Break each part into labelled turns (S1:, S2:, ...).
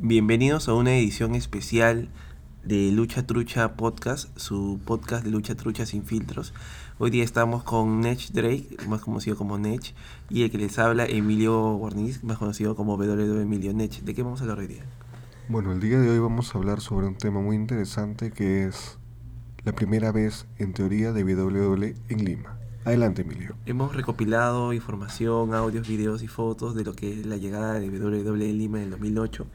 S1: Bienvenidos a una edición especial de Lucha Trucha Podcast, su podcast de Lucha Trucha sin filtros. Hoy día estamos con Nech Drake, más conocido como Nech, y el que les habla Emilio Guarniz, más conocido como W E Emilio Nech. ¿De qué vamos a hablar hoy día?
S2: Bueno, el día de hoy vamos a hablar sobre un tema muy interesante que es la primera vez en teoría de WWE en Lima. Adelante, Emilio.
S1: Hemos recopilado información, audios, videos y fotos de lo que es la llegada de WWE en Lima en el 2008.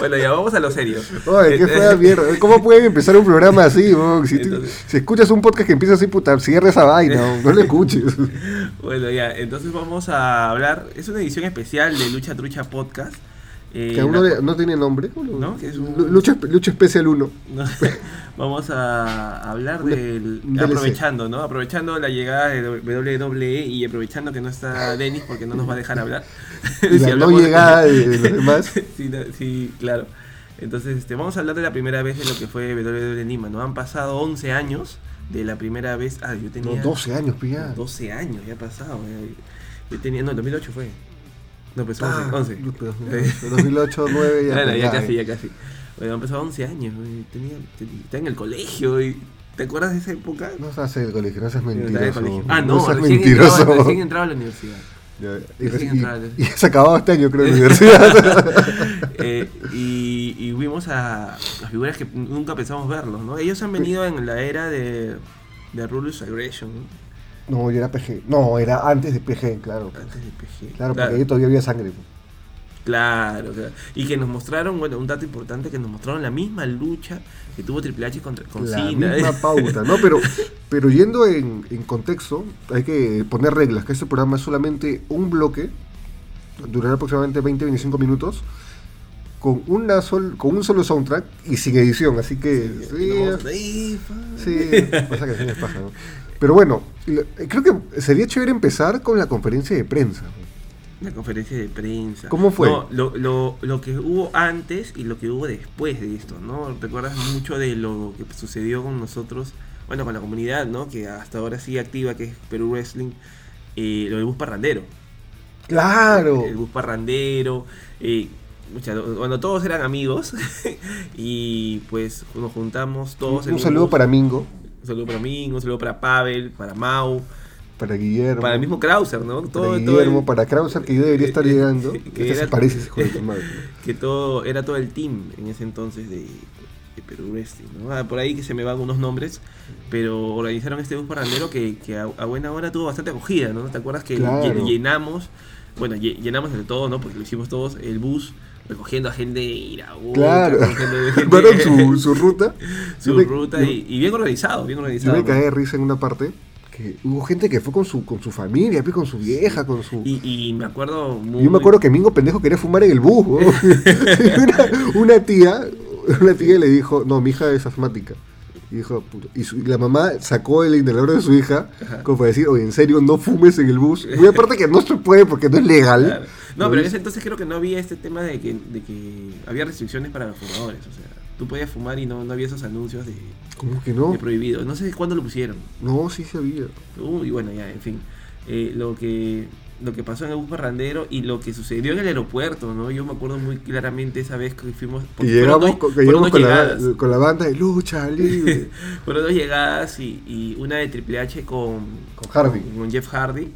S1: bueno, ya vamos a lo serio.
S2: Oye, qué fea mierda. ¿Cómo pueden empezar un programa así? weón? Si, tú-
S1: Entonces-
S2: si escuchas un podcast que empieza así, puta, cierra esa vaina, weón, no lo escuches.
S1: Bueno, ya, entonces vamos a hablar. Es una edición especial de Lucha Trucha Podcast. Eh,
S2: Que aún no,
S1: la-
S2: le- no tiene nombre.
S1: No, que es un-
S2: Lu- Lucha, Lucha Especial 1.
S1: No, vamos a hablar
S2: Una-
S1: del
S2: un DLC.
S1: aprovechando, ¿no? Aprovechando la llegada de WWE y aprovechando que no está Denis porque no nos va a dejar hablar. Si
S2: Y la no
S1: hablamos de-
S2: llegada de, de los demás.
S1: sí, no, sí, claro. Entonces, este, vamos a hablar de la primera vez de lo que fue WWE Lima, ¿no? Han pasado 11 años de la primera vez. Ah, yo tenía
S2: No, 12 años, pilla.
S1: 12 años, ya ha pasado. ya. Yo tenía, no, 2008 fue. No, pues 11,
S2: Ah,
S1: 11.
S2: yo creo,
S1: Eh.
S2: 2008, 9, ya.
S1: Bueno, ya,
S2: ya,
S1: casi,
S2: eh.
S1: ya casi. Bueno, empezó a 11 años, güey. tenía, ten- estaba en el colegio. y- ¿Te acuerdas de esa época?
S2: No seas el colegio, no seas
S1: Estaba en el
S2: mentiroso.
S1: colegio. Ah, no,
S2: seas
S1: recién,
S2: mentiroso.
S1: Entraba, recién entraba a la universidad.
S2: Ya, y,
S1: recién
S2: y-
S1: entraba.
S2: y se acababa este año, creo, la universidad.
S1: Eh, y, y vimos a, a figuras que nunca pensamos verlos, ¿no? Ellos han venido en la era de, de Rulus Aggression, ¿no?
S2: no, yo era PG. No, era antes de PG, claro.
S1: Antes de PG.
S2: Claro, porque ahí todavía había sangre.
S1: Claro, claro. Y que nos mostraron, bueno, un dato importante, que nos mostraron la misma lucha que tuvo Triple H contra con eh.
S2: la
S1: Cena.
S2: misma pauta, ¿no? Pero, pero yendo en, en contexto, hay que poner reglas, que este programa es solamente un bloque, durará aproximadamente 20-25 minutos, con, una sol, con un solo soundtrack y sin edición, así que...
S1: Y nos vamos,
S2: sí,
S1: "Ey, fa".
S2: Sí, pasa que así les pasa, ¿no? Pero bueno, la- creo que sería chévere empezar con la conferencia de prensa.
S1: Una conferencia de prensa.
S2: ¿Cómo fue?
S1: No, lo, lo, lo que hubo antes y lo que hubo después de esto, ¿no? Recuerdas mucho de lo que sucedió con nosotros, bueno, con la comunidad, ¿no? Que hasta ahora sigue activa, que es Perú Wrestling, eh, lo del bus parrandero.
S2: ¡Claro!
S1: El bus parrandero, eh, mucha- cuando todos eran amigos y pues nos juntamos todos. en
S2: Un saludo
S1: bus.
S2: para Mingo,
S1: Un saludo para mí, un saludo para Pavel, para Mau,
S2: para Guillermo.
S1: para el mismo Krauser, ¿no?
S2: para
S1: Todo- todo el-
S2: Guillermo, para Krauser, que yo debería estar
S1: eh, eh,
S2: llegando.
S1: que
S2: Que
S1: era-
S2: se parece ese hijo de tu madre.
S1: que todo era todo el team en ese entonces de, de Perú Wrestling, ¿no? Ah, por ahí que se me van unos nombres, pero organizaron este bus parrandero que, que a, a buena hora tuvo bastante acogida, ¿no? ¿Te acuerdas que
S2: Claro.
S1: lle- llenamos, bueno, lle- llenamos de todo, ¿no? Porque lo hicimos todos, el bus recogiendo a gente de Iraú,
S2: Claro.
S1: recogiendo de gente-
S2: Armaron su, su ruta.
S1: su
S2: Yo me-
S1: ruta
S2: yo-
S1: y, y bien organizado, bien
S2: Yo
S1: organizado.
S2: me
S1: ¿no?
S2: caí de risa en una parte que hubo gente que fue con su, con su familia, pues, con su vieja, con su...
S1: Y, y me acuerdo muy...
S2: Yo me acuerdo que Mingo pendejo quería fumar en el bus. weón. Y una, una tía, una tía le dijo, no, mi hija es asmática. Y dijo, "Puta". y, su- y la mamá sacó el inhalador de su hija como para decir, oye, en serio, no fumes en el bus. Muy aparte que no se puede porque no es legal.
S1: Claro. No, pero en
S2: es-
S1: ese entonces creo que no había este tema de que, de que había restricciones para los fumadores. O sea, tú podías fumar y no, no había esos anuncios de,
S2: ¿Cómo que no?
S1: de prohibido. No sé cuándo lo pusieron.
S2: No, sí sabía.
S1: Uh, y bueno, ya, en fin. Eh, lo que lo que pasó en el bus parrandero y lo que sucedió en el aeropuerto, ¿no? Yo me acuerdo muy claramente esa vez que fuimos...
S2: Y
S1: porque fueron
S2: llegamos,
S1: dos-
S2: con, que
S1: fueron dos
S2: llegamos con, la, eh,
S1: llegadas.
S2: con la banda de lucha libre.
S1: Fueron dos llegadas y, y una de Triple H con,
S2: Con Hardy.
S1: con Jeff Hardy,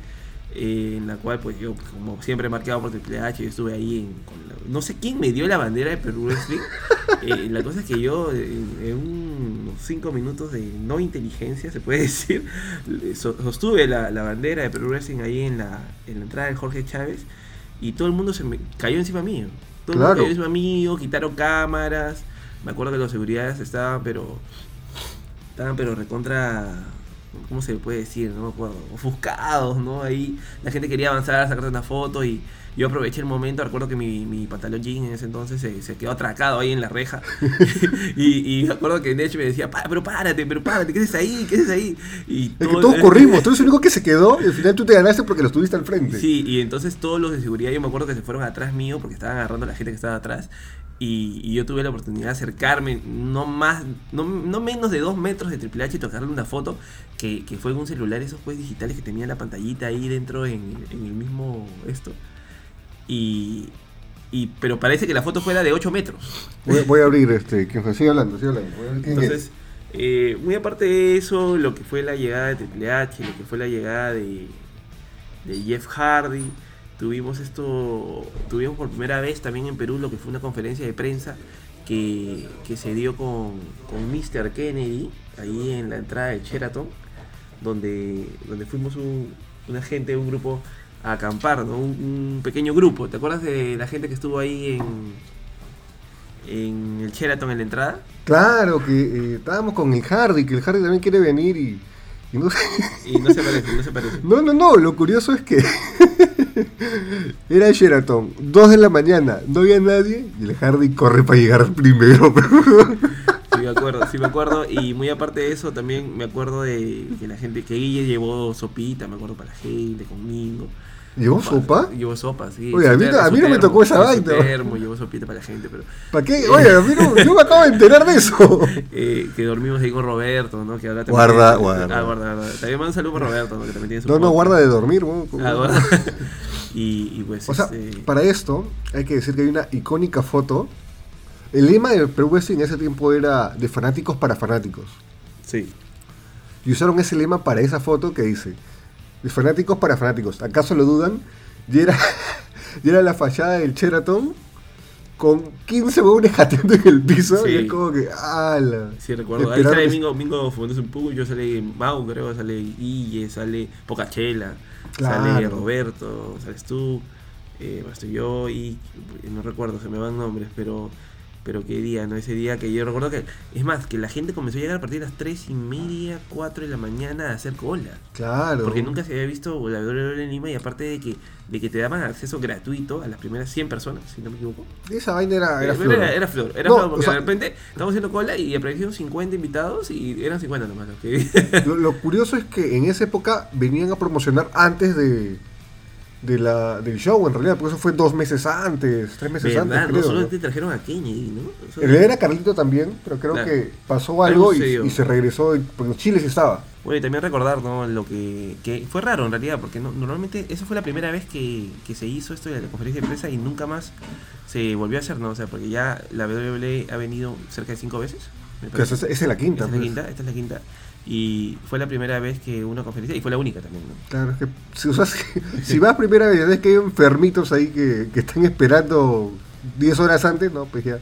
S1: eh, en la cual pues yo como siempre marcado por Triple H, yo estuve ahí en- con la- no sé quién me dio la bandera de Perú Wrestling. Eh, la cosa es que yo en, en unos 5 minutos de no inteligencia, se puede decir, le- so- sostuve la, la bandera de Perú Wrestling ahí en la, en la entrada de Jorge Chávez y todo el mundo se me cayó encima mío. Todo el mundo
S2: Claro.
S1: cayó encima mío, quitaron cámaras. Me acuerdo que los seguridades estaban, pero Estaban pero recontra, ¿cómo se puede decir? No me acuerdo, ofuscados, ¿no? Ahí la gente quería avanzar, sacarse una foto y yo aproveché el momento, recuerdo que mi, mi pantalón jean en ese entonces se, se quedó atracado ahí en la reja y, y me acuerdo que Nech me decía, "Pa- pero párate, pero párate, ¿qué haces ahí? ¿Qué haces ahí? Y
S2: Es que
S1: todo-
S2: todos corrimos, tú eres el único que se quedó y al final tú te ganaste porque los tuviste al frente.
S1: Sí, y entonces todos los de seguridad, yo me acuerdo que se fueron atrás mío porque estaban agarrando a la gente que estaba atrás. Y, y yo tuve la oportunidad de acercarme, no más, no, no menos de dos metros de Triple H y tocarle una foto que, que fue en un celular, esos pues digitales que tenía la pantallita ahí dentro en, en el mismo esto. Y, Y, pero parece que la foto fuera de 8 metros.
S2: Voy, voy a abrir este. ¿quién fue? Sigue hablando, sigue hablando. Voy a abrir quién
S1: Entonces, eh, muy aparte de eso, lo que fue la llegada de Triple H, lo que fue la llegada de, de Jeff Hardy, tuvimos esto, tuvimos por primera vez también en Perú lo que fue una conferencia de prensa que, que se dio con, con Mr. Kennedy, ahí en la entrada de Sheraton, donde, donde fuimos un, una gente, un grupo a acampar, ¿no? un, un pequeño grupo. ¿Te acuerdas de la gente que estuvo ahí en, en el Sheraton en la entrada?
S2: es. Claro, que eh, estábamos con el Hardy, que el Hardy también quiere venir y, y no sé.
S1: Y no se parece, no se parece.
S2: No, no, no, lo curioso es que era el Sheraton, 2 de la mañana, no había nadie y el Hardy corre para llegar primero.
S1: Sí, me acuerdo, sí, me acuerdo. Y muy aparte de eso, también me acuerdo de que la gente, que Guille llevó sopita, me acuerdo para la gente, conmigo.
S2: ¿Llevó sopa?
S1: Llevó sopa, sí.
S2: Oye, a
S1: Su
S2: mí
S1: ter-
S2: no- a
S1: su
S2: mí no me
S1: termo,
S2: tocó esa
S1: su
S2: vaina.
S1: termo, llevó sopita para la gente, pero.
S2: ¿Para qué? Oye, a mí no- yo me acabo de enterar de eso.
S1: eh, que dormimos ahí con Roberto, ¿no? Que ahora también.
S2: Guarda,
S1: Ah,
S2: guarda.
S1: guarda, guarda. También mando un saludo para Roberto, ¿no? Que también tiene su
S2: No, no,
S1: podcast.
S2: guarda de dormir, weón.
S1: Ah, guarda. Y, y pues.
S2: O sea,
S1: este,
S2: para esto hay que decir que hay una icónica foto. El lema del Perú Wrestling en ese tiempo era de fanáticos para fanáticos.
S1: Sí.
S2: Y usaron ese lema para esa foto que dice, de fanáticos para fanáticos, ¿acaso lo dudan? Y era, y era la fachada del Sheraton con 15 huevones jateando en el piso
S1: Sí.
S2: y es como que, ala.
S1: Sí, recuerdo. Ahí
S2: Esperaron
S1: sale
S2: que-
S1: Mingo, Mingo fundándose un poco. Yo sale Mau, creo. Sale Guille, sale Pocachela,
S2: Claro.
S1: sale Roberto, sales tú, eh, estoy yo y eh, no recuerdo, se me van nombres, pero pero qué día, ¿no? Ese día que yo recuerdo que, es más, que la gente comenzó a llegar a partir de las 3 y media, 4 de la mañana a hacer cola.
S2: Claro.
S1: Porque nunca se había visto la WWE en Lima y aparte de que, de que te daban acceso gratuito a las primeras 100 personas, si no me equivoco.
S2: Esa vaina
S1: Era
S2: Ah, era... era
S1: flor.
S2: flor.
S1: Era, flor, era
S2: No,
S1: flor, porque
S2: o sea-
S1: de repente estamos haciendo cola y aparecieron 50 invitados y eran 50 nomás los que...
S2: Lo, lo curioso es que en esa época venían a promocionar antes de, de la, del show, en realidad, porque eso fue dos meses antes, tres meses
S1: ¿Verdad?
S2: antes,
S1: No
S2: creo.
S1: solo
S2: ¿no?
S1: te trajeron a Kennedy, ¿no? Eso-
S2: En realidad era Carlito también, pero creo
S1: Claro.
S2: que pasó
S1: Algo
S2: algo y,
S1: sucedió.
S2: y se regresó, y- porque en Chile sí estaba.
S1: Bueno, y también recordar, ¿no? Lo que, que fue raro en realidad, porque no- normalmente esa fue la primera vez que, que se hizo esto de la conferencia de prensa y nunca más se volvió a hacer, ¿no? O sea, porque ya la WWE ha venido cerca de cinco veces. me
S2: Que
S1: parece.
S2: esa, es- esa es la
S1: Esta
S2: quinta.
S1: es la
S2: pues.
S1: quinta, esta es la quinta. Y fue la primera vez que una conferencia, y fue la única también, ¿no?
S2: Claro, es que si, o sea, si, si vas primera vez, ves que hay enfermitos ahí que, que están esperando 10 horas antes, no, pues ya,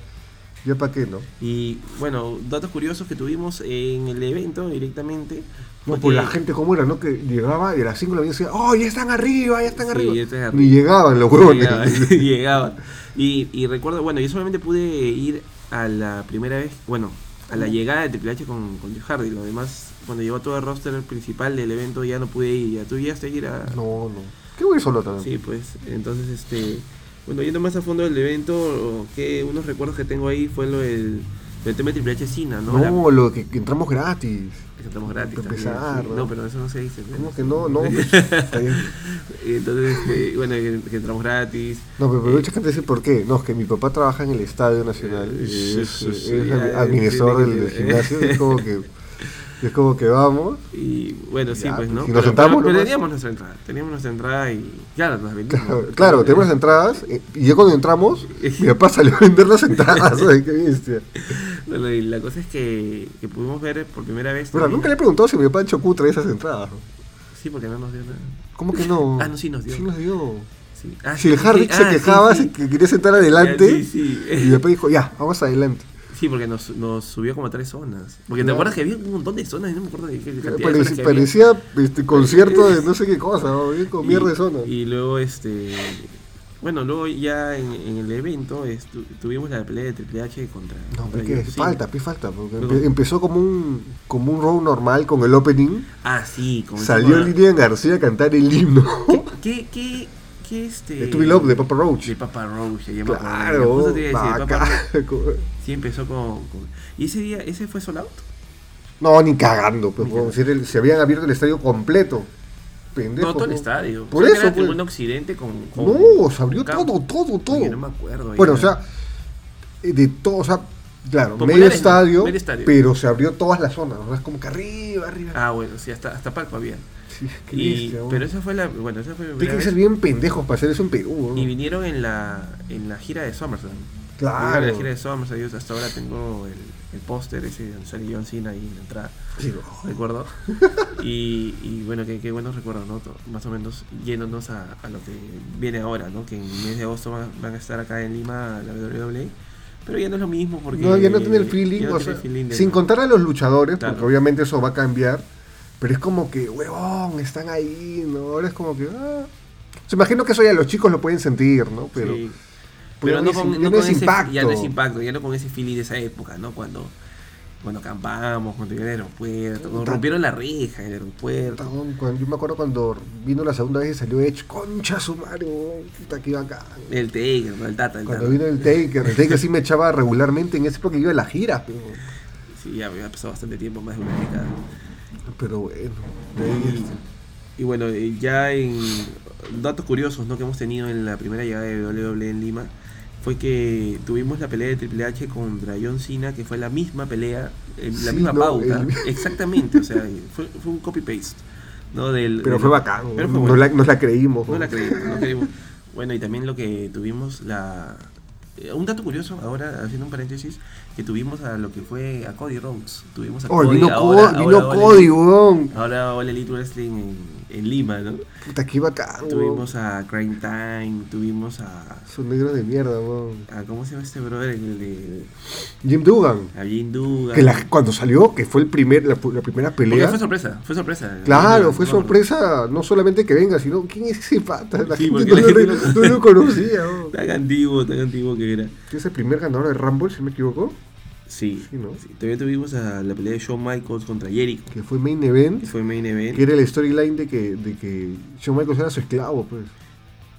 S2: ya para qué, ¿no?
S1: Y bueno, datos curiosos que tuvimos en el evento directamente.
S2: No,
S1: fue
S2: pues
S1: que-
S2: la gente como era, ¿no? Que llegaba y a las 5 de la mañana decía, ¡oh, ya están arriba, ya están
S1: Sí,
S2: arriba!
S1: ya están arriba.
S2: Ni llegaban los huevos.
S1: llegaba, llegaba. Y, y recuerdo, bueno, yo solamente pude ir a la primera vez, bueno, a la llegada de Triple H con, con Jeff Hardy. Lo demás, cuando llegó todo el roster principal del evento, ya no pude ir. Ya tú llegaste a ir a.
S2: No, no. Qué voy solo también.
S1: Sí, pues, entonces, este, bueno, yendo más a fondo del evento, que unos recuerdos que tengo ahí fue lo del, del tema de Triple H Cena, ¿no?
S2: no,
S1: La-
S2: lo que, que entramos gratis.
S1: que estamos gratis.
S2: Para
S1: también,
S2: empezar,
S1: sí.
S2: ¿no?
S1: No, pero eso no se dice. ¿no?
S2: ¿Cómo que no? No, pues, está bien.
S1: Entonces, este, bueno, que, que entramos gratis.
S2: No, pero, pero mucha gente dice por qué. No, es que mi papá trabaja en el Estadio Nacional.
S1: Eh,
S2: y
S1: sí,
S2: es,
S1: sí,
S2: es
S1: sí,
S2: el
S1: ya,
S2: administrador
S1: tiene
S2: del,
S1: que
S2: del
S1: ser.
S2: gimnasio. Es como que, es como que vamos.
S1: Y bueno, sí,
S2: Ya,
S1: pues,
S2: pues,
S1: ¿no?
S2: si nos sentamos,
S1: pero
S2: nomás.
S1: teníamos nuestra entrada. Teníamos nuestra entrada y. Claro, nos vendimos.
S2: Claro, claro, tenemos las entradas. eh, Y ya cuando entramos, mi papá salió a vender las entradas. ay, qué bestia.
S1: Bueno, y la cosa es que, que pudimos ver por primera vez.
S2: Pero
S1: también-
S2: nunca le he preguntado si mi papá en Chocú trae esas entradas. ¿no?
S1: Sí, porque no nos dio nada.
S2: ¿Cómo que no?
S1: Ah, no, sí nos dio.
S2: Sí nos dio.
S1: Sí. Ah,
S2: Si el
S1: sí,
S2: Harry
S1: sí,
S2: se
S1: ah,
S2: quejaba,
S1: sí,
S2: se
S1: sí.
S2: que quería sentar adelante.
S1: Ya, sí,
S2: Y
S1: sí.
S2: mi papá dijo, ya, vamos adelante.
S1: Sí, porque nos, nos subió como a tres zonas. Porque te
S2: Claro. Eh,
S1: acuerdas que había un montón de zonas y no me acuerdo de qué cantidad de zonas que
S2: Parecía,
S1: había.
S2: parecía, este concierto de no sé qué cosa, ¿no? Bien con mierda de zona.
S1: Y luego, este. Bueno, luego ya en, en el evento estu- tuvimos la pelea de Triple H contra.
S2: No,
S1: contra
S2: pero que
S1: John Cena.
S2: falta, pues falta. Porque
S1: Luego-
S2: empe- empezó como un, como un row normal con el opening.
S1: Ah, sí, comenzó
S2: Salió
S1: con-
S2: Lilian García a cantar el himno.
S1: ¿Qué, qué, qué este.
S2: Estuve Love de Papa Roach.
S1: De Papa Roach, ya me acordé. Justo
S2: Claro,
S1: te iba a decir, Papa Roach.
S2: bacán.
S1: Sí, empezó con, con- ¿Y ese día, ese fue solo out?
S2: No, ni cagando. Pues,
S1: Ni
S2: como
S1: cagando.
S2: si era el- se habían abierto el estadio completo. Pendejo.
S1: No, todo el
S2: ¿no?
S1: estadio.
S2: Por
S1: Creo que
S2: eso,
S1: Era
S2: pues.
S1: tribuna occidente con, con-
S2: No, se abrió
S1: con campo.
S2: todo, todo, todo.
S1: Oye, no me acuerdo.
S2: Bueno,
S1: ya.
S2: o sea, eh, de todo, o sea, Claro,
S1: Populares,
S2: medio
S1: ¿no?
S2: estadio,
S1: Medio estadio.
S2: pero se abrió todas las zonas, ¿no? Es como que arriba, arriba.
S1: Ah, bueno, sí, hasta, hasta Palco había.
S2: Sí, qué
S1: Y-
S2: bestia, weón.
S1: pero esa fue la. Bueno, esa fue mi
S2: Tienen
S1: primera
S2: que
S1: vez.
S2: ser bien pendejos para hacer eso en Perú, weón.
S1: Y vinieron en la, en la gira de SummerSlam. Vinieron En
S2: Claro.
S1: la gira de SummerSlam, yo hasta ahora tengo el, el póster ese donde sale John Cena ahí en la entrada.
S2: Sí, no.
S1: recuerdo. Y, y bueno, qué, qué buenos recuerdos, ¿no? To- Más o menos yéndonos a, a lo que viene ahora, ¿no? Que en el mes de agosto van, van a estar acá en Lima la WWE. Pero ya no es lo mismo porque...
S2: No, ya no tiene el feeling,
S1: ya no
S2: o
S1: tiene el
S2: sea,
S1: feeling de-
S2: sin contar a los luchadores,
S1: Claro.
S2: porque obviamente eso va a cambiar, pero es como que, huevón, están ahí, ¿no? Ahora es como que, ah. Se imagino que eso ya los chicos lo pueden sentir, ¿no? Pero,
S1: Sí. Pero
S2: pero no, es-
S1: con-
S2: ya
S1: no
S2: no
S1: con
S2: es
S1: ese-
S2: impacto.
S1: Ya no es impacto, ya no con ese feeling de esa época, ¿no? Cuando, cuando acampamos, cuando iba al aeropuerto, cuando
S2: Puta.
S1: rompieron la reja en el aeropuerto.
S2: Perdón, cuando- yo me acuerdo cuando vino la segunda vez y salió Edge, concha su madre, weón, puta que bacán.
S1: El Taker, ¿no? el Tata, el
S2: Cuando
S1: Tata.
S2: vino el Taker, el Taker sí me echaba regularmente en ese porque iba a la gira, pero,
S1: Sí, ya había pasado bastante tiempo, más de una década.
S2: pero bueno. de ahí, este,
S1: Y, y bueno, eh, ya en datos curiosos ¿no? que hemos tenido en la primera llegada de WWE en Lima fue que tuvimos la pelea de Triple H contra John Cena, que fue la misma pelea, eh, la
S2: Sí,
S1: misma
S2: no,
S1: pauta,
S2: el-
S1: exactamente, o sea, fue, fue un copy-paste. ¿no? Del,
S2: Pero
S1: del-
S2: fue bacán,
S1: pero fue
S2: no,
S1: bueno.
S2: la, nos la creímos.
S1: No
S2: weón.
S1: la creímos, no creímos. Bueno, y también lo que tuvimos la... eh, Un dato curioso, ahora haciendo un paréntesis, que tuvimos a lo que fue a Cody Rhodes. Tuvimos a
S2: Oh,
S1: Cody,
S2: vino,
S1: ahora-
S2: Co- vino
S1: ahora All
S2: Cody,
S1: Elite-
S2: weón.
S1: Ahora All Elite Wrestling en, en Lima, ¿no?
S2: Puta, qué bacán, weón.
S1: Tuvimos a Crime Time, tuvimos a...
S2: Son negros de mierda, weón.
S1: a- ¿Cómo se llama este brother? El de,
S2: Jim Dugan.
S1: a Jim Dugan.
S2: Que la- cuando salió, que fue el primer, la, la primera
S1: Porque
S2: pelea.
S1: fue sorpresa, fue sorpresa.
S2: Claro, fue
S1: No, no.
S2: sorpresa, no solamente que venga, sino ¿quién es ese pata? La
S1: Sí,
S2: gente
S1: porque
S2: no,
S1: la
S2: lo,
S1: gente
S2: re-
S1: no-
S2: no lo conocía. oh. weón.
S1: Tan antiguo, tan antiguo que era.
S2: Que Es el primer ganador de Rumble, si me equivoco,
S1: Sí.
S2: Sí, ¿no?
S1: sí. También tuvimos a la pelea de Shawn Michaels contra Jericho,
S2: que fue main event,
S1: que fue main event.
S2: que era el storyline de que, de que Shawn Michaels era su esclavo, pues.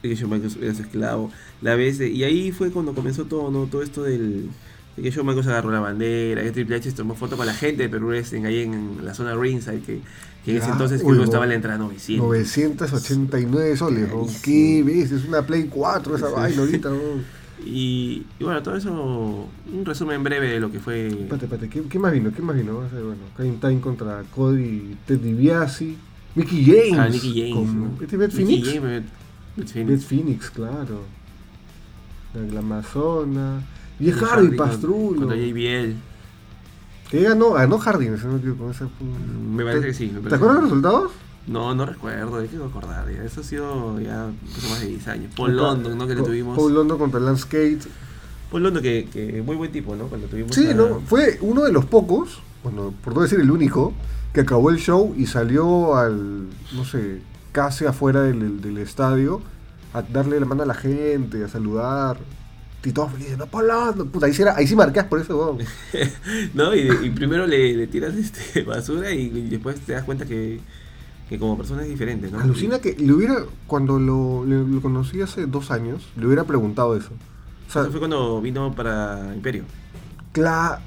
S1: de que Shawn Michaels era su esclavo. La vez de- y ahí fue cuando comenzó todo, ¿no? Todo esto del. De que Shawn Michaels agarró la bandera, que Triple H se tomó foto con la gente de Perú Wrestling ahí en la zona ringside, que, que en ese
S2: Ya,
S1: entonces
S2: Ah, uy,
S1: creo que
S2: no.
S1: estaba en la entrada 900.
S2: 989 soles, weón. ¿qué ves? Es una Play 4 esa
S1: Sí.
S2: vaina ahorita, weón.
S1: Y, y bueno, todo eso, un resumen breve de lo que fue.
S2: Espérate, espérate, ¿qué, qué más vino? ¿Qué más vino? Va a ser, bueno, Crime Time contra Cody, Ted DiBiase, Mickey James.
S1: Ah, Nicky James.
S2: con-
S1: ¿no?
S2: ¿Este Beth
S1: Nicky
S2: Phoenix?
S1: James, Beth- Beth
S2: Beth
S1: Phoenix.
S2: Phoenix, claro. La Glamazona. Y
S1: Hardy
S2: Hardy
S1: con-
S2: Pastrulo.
S1: Contra JBL.
S2: Que ganó, ganó Hardy, si no me equivoco, con esa fue-
S1: Me parece que sí. me
S2: ¿Te
S1: parece
S2: acuerdas
S1: que
S2: los
S1: sí.
S2: resultados?
S1: No, no recuerdo, hay que acordar. ya, Eso ha sido ya un poco más de 10 años. Paul
S2: Acá,
S1: London, ¿no? Que le
S2: Paul-
S1: tuvimos.
S2: Paul London contra Lance Kate.
S1: Paul Londo, que, que muy buen tipo, ¿no? Cuando tuvimos.
S2: Sí,
S1: a-
S2: no, fue uno de los pocos, bueno, por no decir el único, que acabó el show y salió al, no sé, casi afuera del, del estadio a darle la mano a la gente, a saludar. Y todos felices, no, Polando, puta, ahí sí, era- ahí sí marcas por eso, weón.
S1: ¿no? Y, y primero le, le tiras este, basura y, y después te das cuenta que, que como persona es diferente, ¿no?
S2: Alucina que le hubiera, cuando lo, le- lo conocí hace dos años, le hubiera preguntado eso. O sea,
S1: Eso fue cuando vino para Imperio.
S2: cla-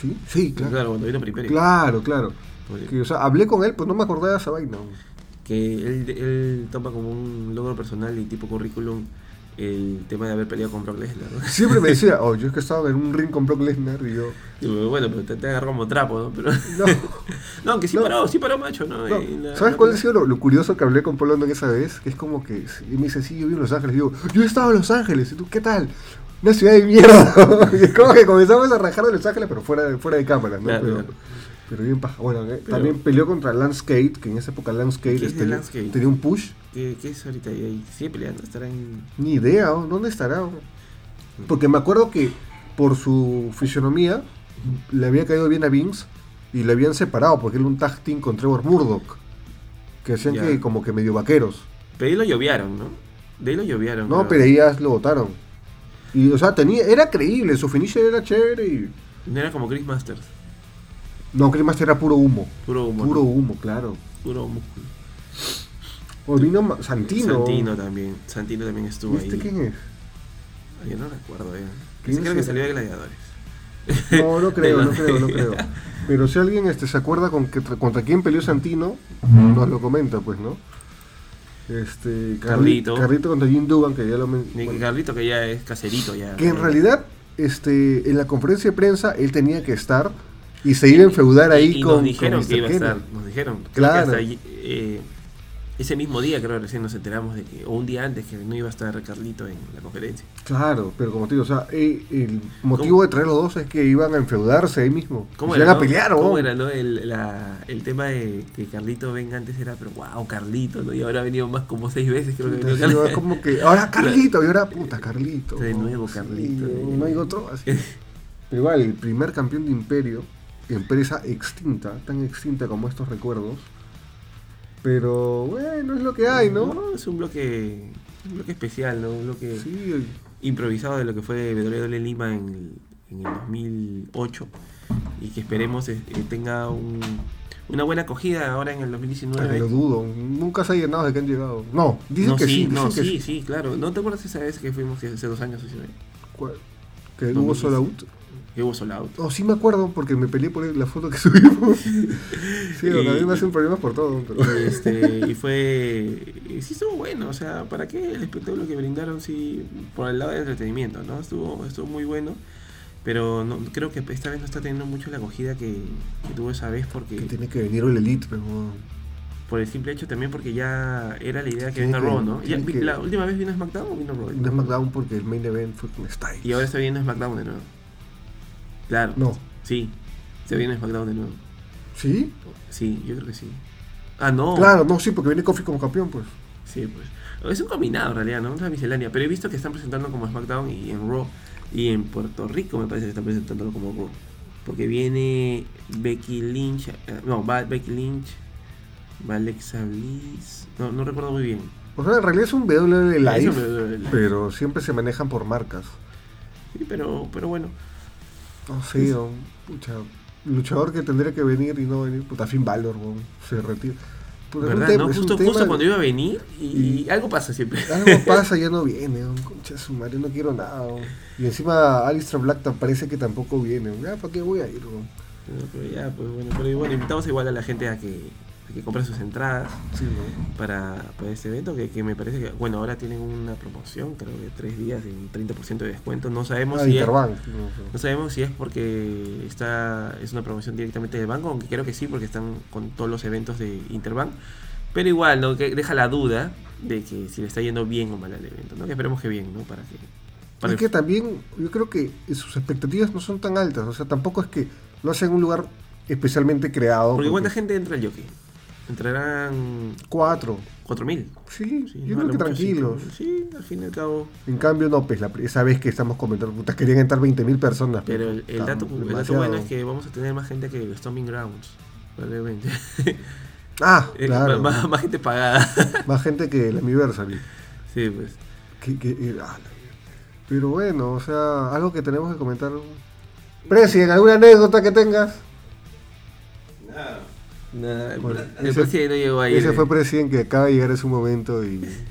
S2: Sí, sí,
S1: Claro,
S2: claro.
S1: cuando vino para Imperio.
S2: Claro, claro.
S1: Porque-
S2: Que, o sea, hablé con él, pues no me acordaba de esa vaina. weón.
S1: Que él, él toma como un logro personal y tipo currículum el tema de haber peleado con Brock Lesnar. ¿no?
S2: Siempre me decía, oh, yo es que estaba en un ring con Brock Lesnar y yo,
S1: Y bueno, pero te, te agarró como trapo, ¿no? Pero,
S2: no.
S1: no, que sí
S2: No.
S1: paró, sí paró, macho, ¿no?
S2: no.
S1: Y la-
S2: ¿Sabes
S1: la-
S2: cuál ha sido lo, lo curioso que hablé con Paul London esa vez? Que es como que, y me dice, sí, yo vivo en Los Ángeles. Y digo, yo he estado en Los Ángeles. ¿Y tú qué tal? Una ciudad de mierda. Y es como que comenzamos a rajar de Los Ángeles, pero fuera de, fuera de cámara, ¿no?
S1: Claro,
S2: pero,
S1: claro.
S2: pero bien paja. Bueno, eh,
S1: Pero-
S2: también peleó contra Lance Cade, que en esa época Lance Cade
S1: ¿Qué es
S2: este,
S1: de Lance Cade?
S2: tenía un push.
S1: ¿Qué, qué es ahorita? Y ahí sigue peleando, estará en.
S2: Ni idea, ¿o? ¿dónde estará? o? Porque me acuerdo que por su fisionomía le había caído bien a Vince y le habían separado porque era un tag team con Trevor Murdoch. Que decían
S1: Ya.
S2: que como que medio vaqueros.
S1: Pero ahí lo lloviaron, ¿no? De ahí lo lloviaron.
S2: No,
S1: creo.
S2: pero ahí ya lo votaron. Y o sea, tenía, era creíble, su finisher era chévere y.
S1: No era como Chris Masters.
S2: No, creo más era puro humo.
S1: Puro humo.
S2: Puro
S1: ¿no?
S2: humo, claro.
S1: Puro músculo.
S2: O vino Ma- Santino.
S1: Santino también. Santino también estuvo
S2: ¿Viste
S1: ahí.
S2: quién es?
S1: Ah, Yo no recuerdo, eh.
S2: ¿Quién
S1: Sí creo que
S2: será?
S1: salió de Gladiadores.
S2: No, no creo,
S1: De
S2: no
S1: los-
S2: creo, no creo. Pero si alguien este, se acuerda con que, contra quién peleó Santino, nos lo comenta, pues, ¿no? Este, Carli-
S1: Carlito.
S2: Carlito contra Jim Dugan, que ya lo men-
S1: Ni-
S2: bueno,
S1: Carlito, que ya eh. es caserito ya.
S2: Que en
S1: ¿no?
S2: realidad este, en la conferencia de prensa él tenía que estar y se iba a enfeudar ahí
S1: y
S2: con.
S1: nos dijeron
S2: con Mr.
S1: que iba a estar,
S2: Kennedy.
S1: nos dijeron. Creo
S2: Claro.
S1: que hasta allí, eh, ese mismo día, creo, recién nos enteramos de que, o un día antes, que no iba a estar Carlito en la conferencia.
S2: Claro, pero como te digo, o sea, eh, el motivo de traer los dos es que iban a enfeudarse ahí mismo.
S1: ¿Cómo
S2: se
S1: era,
S2: iban
S1: no?
S2: a pelear,
S1: ¿Cómo
S2: huevón.
S1: era, no? El, la- el tema de que Carlito venga antes era, pero wow, Carlito, ¿no? Y ahora ha venido más como seis veces, creo que ha
S2: Puta,
S1: venido
S2: sí,
S1: Carlito.
S2: va como que, ahora Carlito, y ahora puta Carlito.
S1: De
S2: huevón.
S1: nuevo Carlito,
S2: Sí,
S1: de-
S2: no hay otro así. Pero igual, el primer campeón de Imperio, empresa extinta, tan extinta como estos recuerdos. Pero bueno, es lo que hay, ¿no?
S1: No, Es un bloque, un bloque especial, ¿no? Un bloque
S2: Sí,
S1: improvisado de lo que fue WWE Lima en el, en el 2008 y que esperemos eh, eh, tenga un- una buena acogida ahora en el
S2: eh,
S1: 2019.
S2: lo dudo. Nunca se ha llenado de que han llegado. No, dicen
S1: no,
S2: que sí, dicen
S1: no,
S2: que
S1: sí, sí, claro. ¿No te acuerdas esa vez que fuimos que hace dos años? sí, sí,
S2: ¿Cuál? ¿Que hubo
S1: 2015.
S2: solo out?
S1: Que hubo sold out.
S2: Oh, sí me acuerdo porque me peleé por la foto que subimos. sí,
S1: Y-
S2: bueno, a mí me hacen problemas por todo. Pero...
S1: Y, Eh, este, y fue. y Sí, estuvo bueno. O sea, ¿para qué el espectáculo que brindaron? Sí, por el lado del entretenimiento, ¿no? Estuvo, estuvo muy bueno. Pero no, creo que esta vez no está teniendo mucho la acogida que, que tuvo esa vez porque.
S2: Que tiene que venir el Elite, pero... bueno.
S1: Por el simple hecho también porque ya era la idea que
S2: Tiene
S1: venga
S2: que-
S1: Raw, ¿no? Ya,
S2: tiene
S1: vi-
S2: que-
S1: ¿La última vez vino SmackDown o vino Raw?
S2: No es McDown porque el main event fue con Styles.
S1: Y ahora está viendo SmackDown de nuevo. Claro.
S2: No.
S1: Sí. Se viene SmackDown de nuevo.
S2: ¿Sí?
S1: Sí, yo creo que sí. Ah, no.
S2: Claro, no, sí, porque viene Kofi como campeón, pues.
S1: Sí, pues. Es un combinado en realidad, ¿no? Una miscelánea. Pero he visto que están presentando como SmackDown y en Raw. Y en Puerto Rico me parece que están presentándolo como Raw. Porque viene Becky Lynch. eh, no, va Becky Lynch. Va Alexa Bliss. No, no recuerdo muy bien.
S2: O sea, en realidad es un WWE Live,
S1: Eso me- me-
S2: pero siempre se manejan por marcas.
S1: Sí, pero, pero bueno.
S2: No sé, don, pucha, luchador que tendría que venir y no venir. Puta, Finn Balor, weón, se retira. Puta, es un
S1: ¿Verdad?
S2: tema-
S1: ¿no?
S2: es un
S1: Justo,
S2: tema-
S1: justo cuando iba a venir y, y algo pasa siempre.
S2: Algo pasa, ya no viene, don, concha de su madre, no quiero nada. don. Y encima Alistair Black tan- parece que tampoco viene. don. Ya, ¿para qué voy a ir? don?
S1: Pero, pero ya, pues bueno, pero bueno, invitamos igual a la gente a que, a que compre sus entradas
S2: Sí, don.
S1: para, para este evento, que, que me parece que, bueno, ahora tienen una promoción, creo que tres días de un 30% de descuento. No sabemos
S2: Ah,
S1: si es,
S2: Interbank, no, don.
S1: no sabemos si es porque está, es una promoción directamente del banco, aunque creo que sí, porque están con todos los eventos de Interbank. Pero igual, ¿no? Que deja la duda de que si le está yendo bien o mal al evento, ¿no? Que esperemos que bien, ¿no? Para que... para
S2: Es que también yo creo que sus expectativas no son tan altas. O sea, tampoco es que lo hacen en un lugar especialmente creado.
S1: Porque
S2: porque-
S1: cuánta gente entra al jockey. Entrarán
S2: Cuatro.
S1: 4000.
S2: Sí,
S1: Sí, no, a
S2: yo creo
S1: lo
S2: que
S1: mucho
S2: tranquilos.
S1: 5000. Sí, al fin y al cabo.
S2: En cambio, no, pues la, esa vez que estamos comentando, puta, querían entrar 20.000 personas.
S1: Pero el, el
S2: Está
S1: dato, el dato
S2: demasiado.
S1: bueno es que vamos a tener más gente que los Stomping Grounds. Probablemente.
S2: Ah,
S1: Eh,
S2: claro.
S1: más, más gente pagada.
S2: Más gente que el Anniversary.
S1: sí, pues.
S2: Que- que- eh, ah, la- pero bueno, o sea, algo que tenemos que comentar. Presiden, ¿alguna anécdota que tengas?
S1: Nada, el-
S2: Bueno,
S1: el
S2: ese-
S1: presidente no llegó ahí.
S2: Ese fue Presiden que acaba de llegar en su momento y.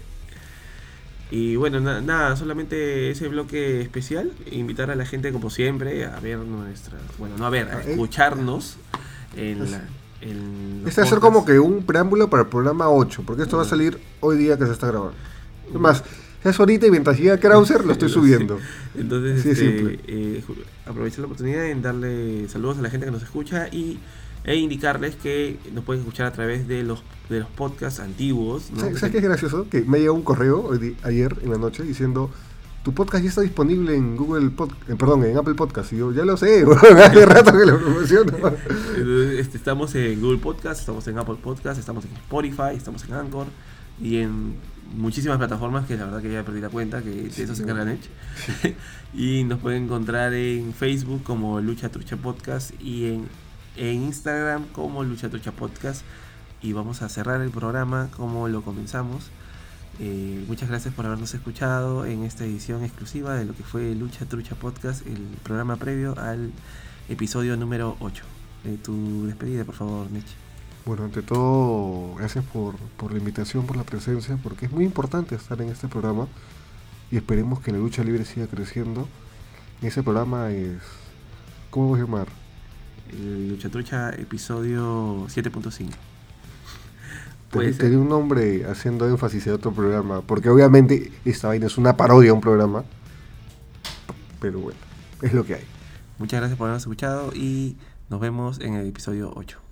S1: Y bueno, na- nada, solamente ese bloque especial. Invitar a la gente, como siempre, a ver nuestras. Bueno, no a ver, a
S2: Ah, eh.
S1: escucharnos en
S2: Es-
S1: la. En los
S2: Este va a
S1: podcasts.
S2: ser como que un preámbulo para el programa 8, porque esto va a salir hoy día que se está grabando. Es más, es ahorita y mientras llega Krauser lo estoy
S1: Sí.
S2: subiendo.
S1: Entonces,
S2: Así de
S1: este,
S2: simple.
S1: eh, ju- aprovechar la oportunidad en darle saludos a la gente que nos escucha y, e indicarles que nos pueden escuchar a través de los, de los podcasts antiguos. ¿no?
S2: ¿Sabes, sabes qué es gracioso? Que me llegó un correo hoy di- ayer en la noche diciendo tu podcast ya está disponible en Google Pod- eh, perdón, en Apple Podcast. Y yo, ya lo sé, weón, hace rato que lo promociono.
S1: Entonces, este, estamos en Google Podcast, estamos en Apple Podcast, estamos en Spotify, estamos en Anchor y en muchísimas plataformas que la verdad que ya perdí la cuenta, que de
S2: Sí,
S1: eso se
S2: claro.
S1: encarga Nech. y nos pueden encontrar en Facebook como Lucha Trucha Podcast y en, en Instagram como Lucha Trucha Podcast. Y vamos a cerrar el programa como lo comenzamos. Eh, muchas gracias por habernos escuchado en esta edición exclusiva de lo que fue Lucha Trucha Podcast, el programa previo al episodio número 8. Eh, tu despedida, por favor, Nech.
S2: Bueno, ante todo, gracias por, por la invitación, por la presencia, porque es muy importante estar en este programa y esperemos que la lucha libre siga creciendo. Y ese programa es, ¿cómo voy a llamar?
S1: El Lucha Trucha, episodio 7.5. Puede
S2: Tenía
S1: ser.
S2: un nombre haciendo énfasis en otro programa, porque obviamente esta vaina es una parodia a un programa. Pero bueno, es lo que hay.
S1: Muchas gracias por habernos escuchado y nos vemos en el episodio 8.